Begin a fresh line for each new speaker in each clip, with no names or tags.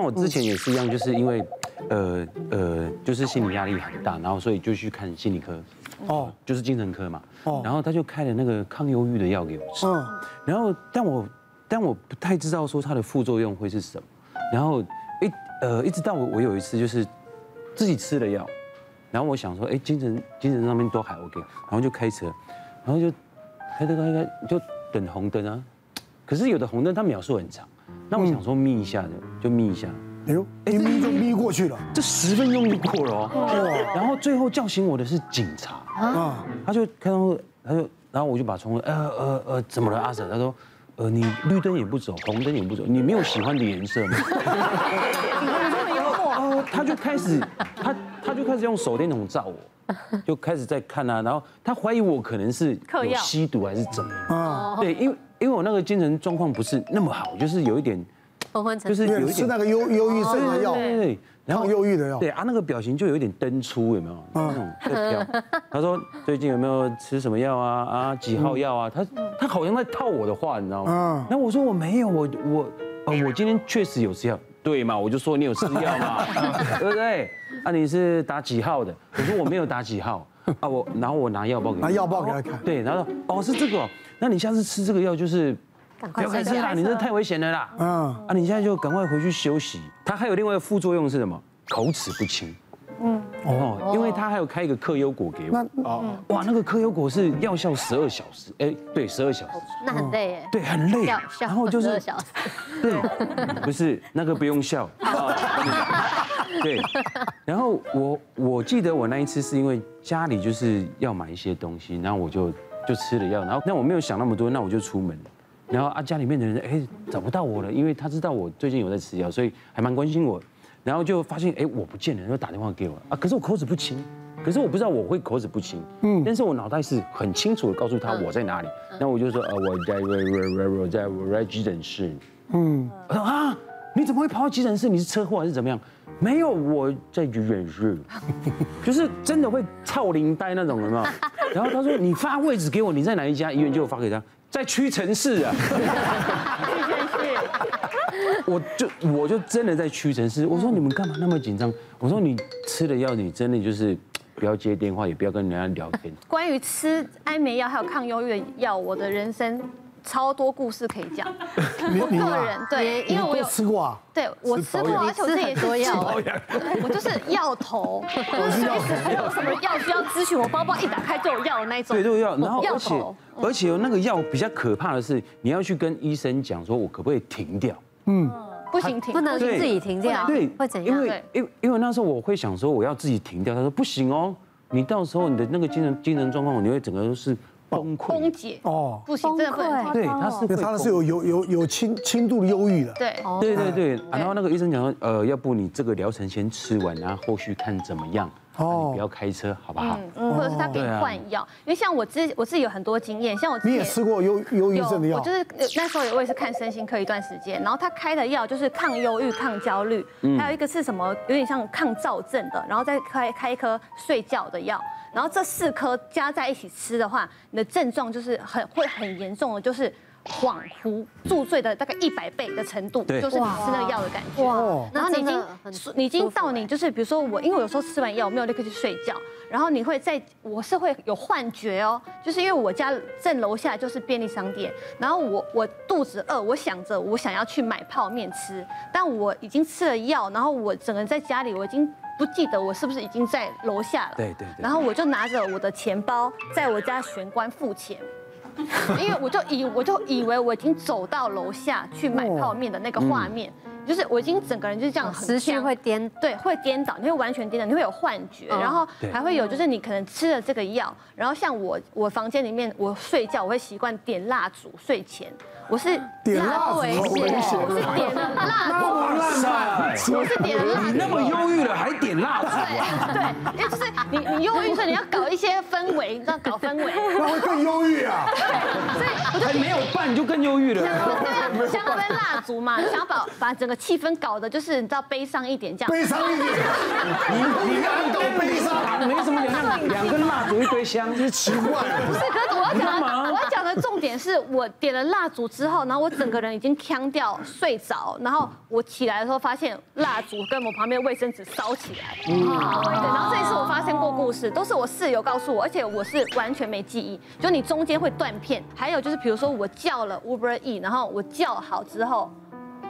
那我之前也是一样，就是因为，呃呃，就是心理压力很大，然后所以就去看心理科，哦，就是精神科嘛，哦，然后他就开了那个抗忧郁的药给我吃，嗯，然后但我但我不太知道说它的副作用会是什么，然后一呃一直到我我有一次就是自己吃了药，然后我想说，哎，精神精神上面都还 OK，然后就开车，然后就开车开开就等红灯啊，可是有的红灯它秒数很长。那我想说眯一下的，就眯一下，
哎呦，一眯就眯过去了。
这十分钟就过了哦。然后最后叫醒我的是警察，
啊，
他就看到他就，然后我就把窗户，呃呃呃，怎么了，阿 Sir？他说，呃，你绿灯也不走，红灯也不走，你没有喜欢的颜色吗？哦，他就开始，他他就开始用手电筒照我，就开始在看啊，然后他怀疑我可能是
嗑
有
药哦
吸毒还是怎么样？
啊，
对，因为因为我那个精神状况不是那么好，就是有一点，
昏昏沉
就
沉。
是有一
吃
点
那个忧忧郁
哦
症啊的药，
对对对，然后
抗忧郁的药
对啊，那个表情就有点灯出，有没有？
嗯
那种在 飘。他说最近有没有吃什么药啊？啊，几号药啊？他他好像在套我的话，你知道吗
嗯？
那我说我没有，我我呃，我今天确实有吃药。对嘛，我就说你有吃药 嘛，对不对？啊，你是打几号的？我说我没有打几号啊，我然后我拿药包给他
拿药包给他看
对，然后哦是这个哦，那你下次吃这个药就是
赶
不
快啊
要开
睡
车啦，
觉
你这太危险了啦。
嗯
啊，你现在就赶快回去休息。它还有另外一个副作用是什么？口齿不清。嗯哦，因为它还有开一个克优果给我。
那
哦，哇，那个克优果是药效十二小时，哎，对，十二小时，
那很累耶。
嗯对，很累。
笑笑
然后就
12
是
小时，
对，不是那个不用笑。对，然后我我记得我那一次是因为家里就是要买一些东西，然后我就就吃了药，然后那我没有想那么多，那我就出门了。然后啊，家里面的人哎找不到我了，因为他知道我最近有在吃药，所以还蛮关心我。然后就发现哎我不见了，就打电话给我啊，可是我口齿不清，可是我不知道我会口齿不清，嗯，但是我脑袋是很清楚的告诉他我在哪里。那我就说呃我在我在我在急诊室，我说啊，你怎么会跑到急诊室？你是车祸还是怎么样？没有，我在急诊室，就是真的会操灵呆那种，有没有？然后他说你发位置给我，你在哪一家医院？就发给他，在屈臣氏啊。 我就我就真的在屈臣氏，我说你们干嘛那么紧张？我说你吃了药，你真的就是不要接电话，也不要跟人家聊天。
关于吃安眠药还有抗忧郁的药，我的人生超多故事可以讲。
你
我
你
个
啊，
人对，因为我
都
有
吃过啊，
对我吃
哦
过，而且我自己也是多药， 我就是药头，就是随时有什么药需要咨询，我包包一打开就有药的那一种。
对，都有药。然后
哦药
而且
头
而且有那个药比较可怕的是，你要去跟医生讲说，我可不可以停掉？
不行停，
不能
对
自己停掉，
对，
会怎样
因？为
对
因为因为那时候我会想说我要自己停掉，他说不行哦，你到时候你的那个精神精神状况，你会整个都是崩
崩
溃。
解
哦
不行，真的不能停。
对，他是
因
会
为他
崩
的是有有有有轻轻度的忧郁的，
对，
对对对，
嗯
啊然后那个医生讲说，呃，要不你这个疗程先吃完，然后后续看怎么样。哦，
哦
你不要开车，好不好？
嗯，或者是他给你
对啊
换药，因为像我自我自己有很多经验，像我之
你
前
也吃过忧忧郁
有，
症的
我
药
就，是呃那时候我也是看身心科一段时间，然后他开的药就是抗忧郁、抗焦虑，
嗯
还有一个是什么有点像抗躁症的，然后再开开一颗睡觉的药，然后这四颗加在一起吃的话，你的症状就是很会很严重的，就是恍惚、宿醉的大概一百倍的程度，
对
就是你吃那个药的感觉。
哦，
那
然后你已
真
经
的很
舒你已经到你就是，比如说我，因为我有时候吃完药，我没有立刻去睡觉，然后你会在，我是会有幻觉哦，就是因为我家正楼下就是便利商店，然后我我肚子饿，我想着我想要去买泡面吃，但我已经吃了药，然后我整个人在家里，我已经不记得我是不是已经在楼下了，
对对对
然后我就拿着我的钱包，在我家玄关付钱。因为我就以我就以为我已经走到楼下去买
哦
泡面的那
嗯
个画面，就是我已经整个人就是这样很
思绪
僵
会颠
对会颠倒，你会完全颠倒，你会有幻觉，然后
对
嗯还会有就是你可能吃了这个药，然后像我我房间里面我睡觉我会习惯点蜡烛睡前，我是
点蜡烛
危险
我是点了蜡烛，
哇
啊
塞，
我是点了蜡
你
烛。
那么忧郁了还点蜡烛啊？
对，因为就是你你忧郁的时候你要搞一些氛围，你知道搞氛 围，
那会更忧郁啊，
所以我就
还没有办就更忧郁 了。
对啊，想要跟蜡烛嘛，想要把把整个气氛搞得就是你知道悲伤一点这样。
悲伤一 点，
你你
暗斗悲伤，
没什么两样，两根蜡烛一堆香，
奇怪了，
不是，可是我要
干
讲的，
嘛
我要讲的重点是我点了蜡烛之后，然后我整个人已经呛掉睡着，然后我起来的时候发现蜡烛跟我旁边卫生纸烧起来。哦对，然后这一次我发生过故事，都是我室友告诉我，而且我是完全没记忆，就你中间会断片。还有就是，比如说我叫了 Uber E，然后我叫好之后，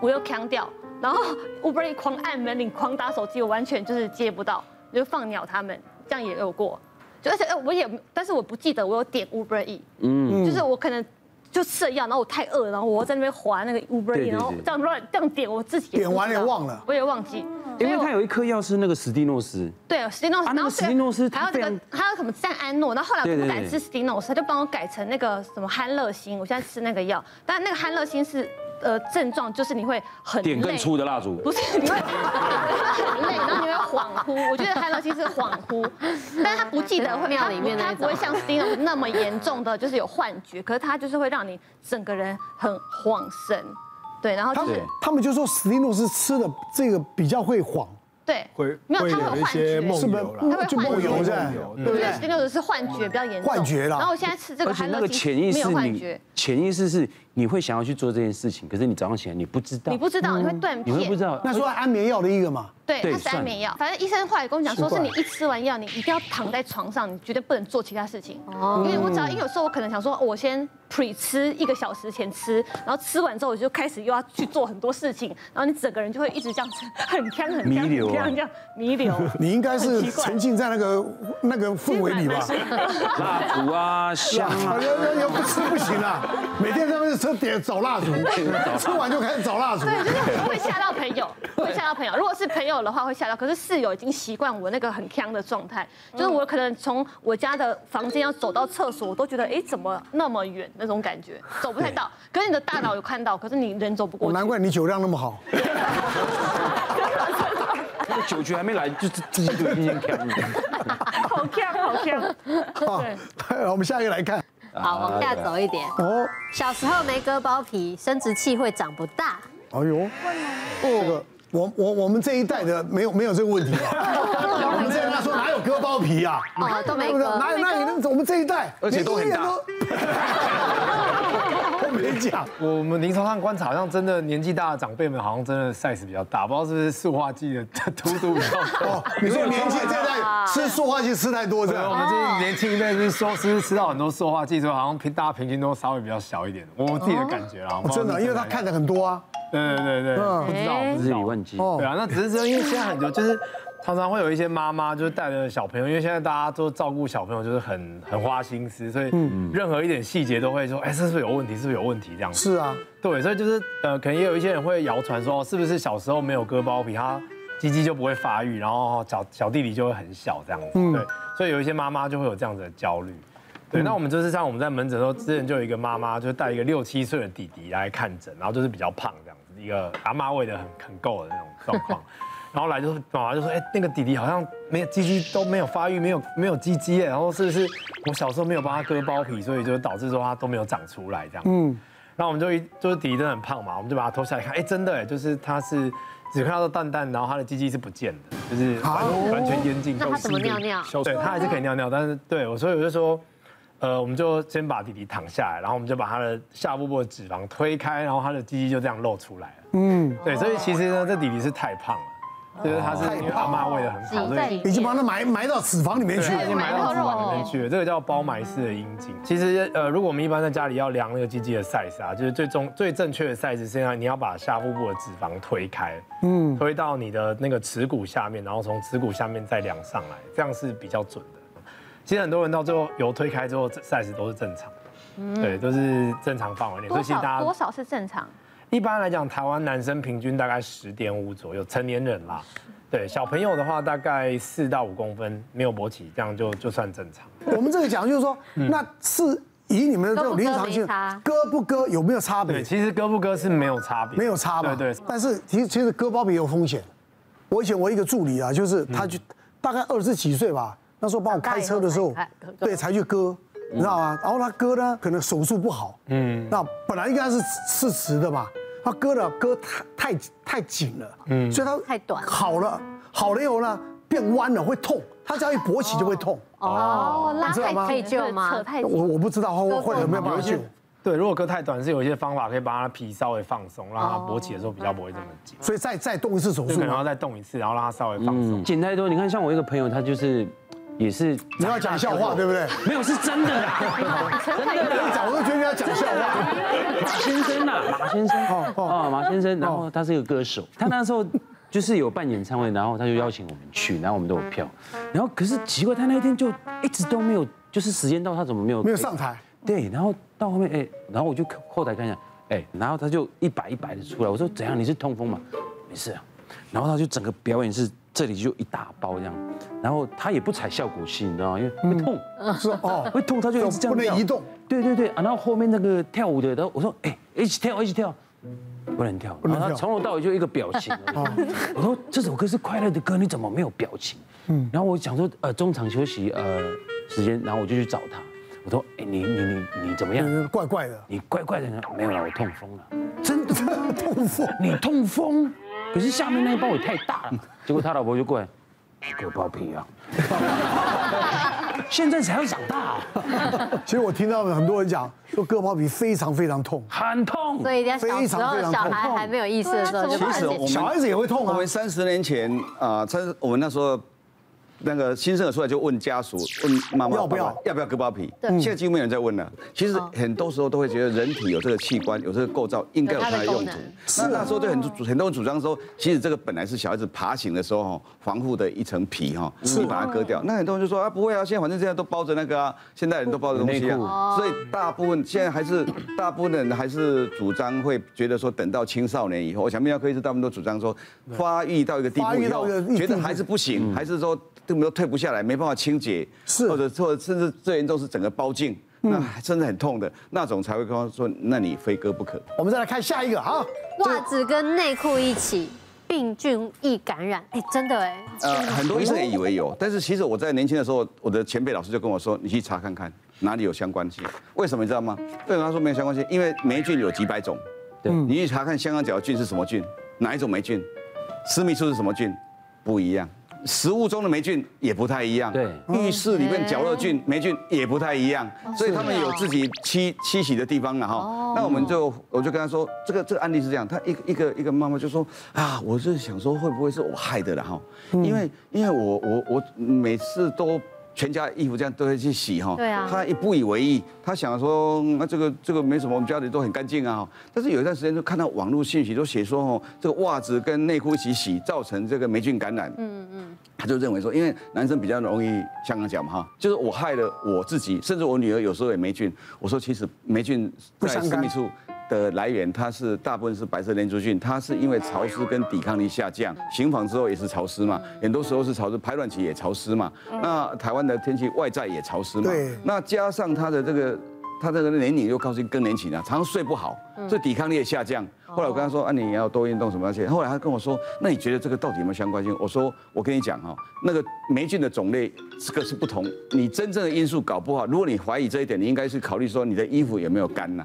我又扛掉，然后 Uber E 狂按门铃，狂打手机，我完全就是接不到，就放鸟他们，这样也有过。就而且呃我也，但是我不记得我有点 Uber E，嗯，就是我可能。就吃了药，然后我太饿了，然后我在那边划那个 Uber
对
E，
对
然后
对
这样乱这样点，我自己也
点完
不知道
也忘了
我也忘记，
因为
所以我
它有一颗药是那个史蒂诺斯，
对，史蒂诺斯，
啊那个
这个
史蒂诺斯
还
他
有这
非
个
常，
还有什么赞安诺，然后后来
对
我
对对
不敢吃史蒂诺斯，他就帮我改成那个什么憨乐星，我现在吃那个药，但那个憨乐星是呃症状就是你会很
点更
累
粗的蜡烛。
不是，你会 很累，然后你会恍惚。我觉得海老星是恍惚，但是他不记得会
庙里面那
他
一
不
种
会像 Sting 那么严重的，就是有幻觉，可是他就是会让你整个人很恍神，对，然后
他
就
们
是
对
他们就说史蒂诺斯吃的这个比较会晃，
对，
会
没有
会
他会
有一
幻
些
觉，
梦
是不是
游啦，
会
就梦游
幻觉
这样
梦游，
对
我
不
觉
对
得？Sting 是幻觉比较严重，
幻觉啦
然后我现在吃这个
而且
海
那
乐
个潜意
星没
识
有幻
你
觉，，
潜意识是你会想要去做这件事情，可是你早上起来你不知道，
你不知道你会断
嗯你
片，
会不知道。
那说安眠药的一个嘛，
对，
对
它是
算
安
了
眠药。反正医生后来跟我讲，
奇怪
说是你一吃完药，你一定要躺在床上，你绝对不能做其他事情。因为我只要，因为有时候我可能想说，我先 pre 吃一个小时前吃，然后吃完之后我就开始又要去做很多事情，然后你整个人就会一直这样子，很呛很呛
弥留
很
啊
呛这样弥留。
你应该是
很奇怪
沉浸在那个那个氛围里吧？
蜡烛 啊，香啊，
要要要不吃不行啊！每天在那边吃点找蜡烛，吃完就开始找蜡烛。
对，就是会吓到 朋友，会吓到朋友。如果是朋友的话会吓到，可是室友已经习惯我那个很呛的状态，就是我可能从我家的房间要走到厕所，我都觉得哎、诶怎么那么远那种感觉，走不太 到。可是你的大脑有看到，可是你人走不过
我
去
难。怪你酒量那么好，
那个酒局还没来，就是第一个 先先看你。
好呛，好呛。
好，我们下一个来看
好，往下走一点。
哦，
小时候没割包皮，生殖器会长不大。
哎呦，这个我我我们这一代的没有没有这个问题啊，我们这一代说哪有割包皮啊？
哦，都没
对不对？
割。
哪有那你那我们这一代，
而且都很大
连医院都 我没讲，
我们临床上观察，好像真的年纪大的长辈们，好像真的 size 比较大，不知道是不是塑化剂的突突比较
哦
多。，
你说年纪这一代吃塑化剂吃太多这
对，我
样，
们这年轻一代就是说，是不是吃到很多塑化剂之后，好像平大家平均都稍微比较小一点？我自己的感觉啦，
哦真的，因为嗯他看的很多啊，
对对对对，不知道不
日
知
理
道。
万机，
哦
对啊，那只是说，因为现在很多就是常常会有一些妈妈就是带着小朋友，因为现在大家都照顾小朋友就是很很花心思，所以
嗯
任何一点细节都会说，哎，是不是有问题？是不是有问题？这样子。
是啊，
对，所以就是呃，可能也有一些人会谣传说，哦是不是小时候没有割包皮，他鸡鸡就不会发育，然后小小弟弟就会很小这样子。对，所以有一些妈妈就会有这样子的焦虑。对，那我们就是像我们在门诊的时候，之前就有一个妈妈，就是带一个六七岁的弟弟来看诊，然后就是比较胖这样子，一个阿妈喂的很很够的那种状况，然后来就是妈妈就说，哎、那个弟弟好像没有鸡鸡都没有发育，没有没有鸡鸡耶，然后是不是我小时候没有帮他割包皮，所以就导致说他都没有长出来这样。嗯，然后我们就一就是弟弟真的很胖嘛，我们就把他脱下来看，哎，真的哎，就是他是只看到蛋蛋，然后他的鸡鸡是不见的，就是完完全淹进。
那他怎么尿尿？
对他还是可以尿尿，但是对我，所以我就说，呃，我们就先把弟弟躺下来，然后我们就把他的下腹部的脂肪推开，然后他的鸡鸡就这样露出来了。嗯，对，所以其实呢，这弟弟是太胖了，就是他是因为阿妈喂的很好，所以
里
已经把它埋埋到脂肪里面去
对，它已经
了。
埋到脂肪里面去了。这个叫包埋
嗯
式的阴茎。其实，呃，如果我们一般在家里要量那个鸡鸡的 size 啊，就是最中最正确的 size 是要你要把下腹部的脂肪推开，嗯，推到你的那个耻骨下面，然后从耻骨下面再量上来，这样是比较准的。其实很多人到最后油推开之后这，size 都是正常的。对，都是正常范围内，
嗯
所
多
以其实大
少
家
多少是正常？
一般来讲，台湾男生平均大概十点五左右，成年人啦。对，小朋友的话大概四到五公分，没有勃起，这样就就算正常。
我们这个讲就是说，那是以你们的这种临床
割不割
性
没差，
割不割有没有差
对，
别？
其实割不割是没有差别，
没有差吧？
对对，
但是其实其实割包皮有风险。我以前我一个助理啊，就是他就大概二十几岁吧，那时候帮我开车的时候
大概有才开，
对，才去割，你知道吗？然后他割呢，可能手术不好，嗯，那本来应该是是直的嘛，他割了割太太太紧了，嗯，所以他
太短
好了，好了以后呢变弯了会痛，他只要一勃起就会痛。
哦，
拉
知道
太
吗
可以救吗
扯太紧
我我不知道后后来有没有办法
割
救
过，
对，如果割太短，是有一些方法可以把它皮稍微放松，让它勃起的时候比较不会这么紧。
所以再再动一次手
就
术
可能要
哦吗？
再动一次，然后让它稍微放松。
简单多。你看，像我一个朋友，他就是也是
你要讲笑话对不对？
没有是真的啦，
一讲我都觉得 你要讲笑话。
马先生呐，马先生
哦哦
哦，马先生，然后他是一个歌手，他那时候就是有办演唱会，然后他就邀请我们去，然后我们都有票，然后可是奇怪，他那一天就一直都没有，就是时间到他怎么没有
没有上台？
对，然后到后面哎，然后我就后台看一下，哎，然后他就一摆一摆的出来，我说怎样？你是痛风吗？没事啊。然后他就整个表演是这里就一大包这样，然后他也不踩效果器，你知道吗？因为会痛。
是哦，
会痛，他就一直这样
不能
跳
移动。
对对对，啊然后后面那个跳舞的，然后我说，哎，一起跳，一起跳，不能跳。
能
然后他
跳哦
从头到尾就一个表 情而已。我说这首歌是快乐的歌，你怎么没有表情？嗯。然后我想说，呃，中场休息呃时间，然后我就去找他，我说，哎，你你你你怎么样？
嗯怪怪的，
你怪怪的呢？没有啦，我痛风了。
真的 痛风。
你痛风，可是下面那一包也太大 了。结果他老婆就过来，割包皮啊！ 现在才要长大啊、
其实我听到很多人讲说割包皮非常非常痛，
很痛。
所以一定要小
非
时
常非
候
常
小
痛
孩还没有意识的时候就把它
其实我
解
们
决。
小孩子也会痛
我
啊
们。三十年前啊，三、我们那时候那个新生儿出来就问家属，问妈妈
要不要哦
爸爸要不要割包皮？
对
现在几乎没有人在问了。其实很多时候都会觉得人体有这个器官，有这个构造，应该有它的用
有
途
它的功。
啊
那那时候就很很多人主张说，其实这个本来是小孩子爬行的时候哦防护的一层皮哈，
啊
你把它割掉。那很多人就说啊，不会啊，现在反正现在都包着那个啊，现代人都包着东西
内
啊
裤。
所以大部分现在 还是大部分人还是主张会觉得说，等到青少年以后，我想泌尿科医师大部分都主张说，发育到一个地
发
步
育
以
到
后
一个地步，嗯
觉得还是不行，还是说根本都退不下来，没办法清洁，
是嗯
或者或者甚至最严重是整个包茎，那甚至很痛的那种才会跟他说，那你非割不可。
我们再来看下一个啊，
袜子跟内裤一起，病菌易感染，哎，真的哎，
呃，很多医生也以为有，但是其实我在年轻的时候，我的前辈老师就跟我说，你去查看看哪里有相关性。为什么你知道吗？为什么他说没有相关性？因为霉菌有几百种，
对
你去查看香港脚菌是什么菌，哪一种霉菌，私密处是什么菌，不一样。食物中的霉菌也不太一样，
对
嗯
浴室里
哎
面角落菌、霉菌也不太一样，
哦啊
所以他们有自己栖栖息的地方了啊哈。那我们就我就跟他说，这个这个案例是这样，他一个一个一个妈妈就说啊，我是想说会不会是我害的了哈？
嗯
因为因为我我我每次都。全家衣服这样都会去洗哈，
对啊
他也不以为意，他想说那这个这个没什么，我们家里都很干净啊。但是有一段时间就看到网络信息都写说哦，这个袜子跟内裤一起洗造成这个霉菌感染，他就认为说，因为男生比较容易香港脚嘛哈，就是我害了我自己，甚至我女儿有时候也霉菌。我说其实霉菌
不
在
相
私
干
密处的来源，它是大部分是白色链球菌，它是因为潮湿跟抵抗力下降，行房之后也是潮湿嘛，很多时候是潮湿，排卵期也潮湿嘛。那台湾的天气外在也潮湿嘛
对，
那加上它的这个。他这个年龄又靠近更年期了，常常睡不好，所以抵抗力也下降。后来我跟他说啊，你要多运动什么那些。后来他跟我说，那你觉得这个到底有没有相关性？我说我跟你讲哈，那个霉菌的种类这个是不同，你真正的因素搞不好。如果你怀疑这一点，你应该是考虑说你的衣服有没有干呐、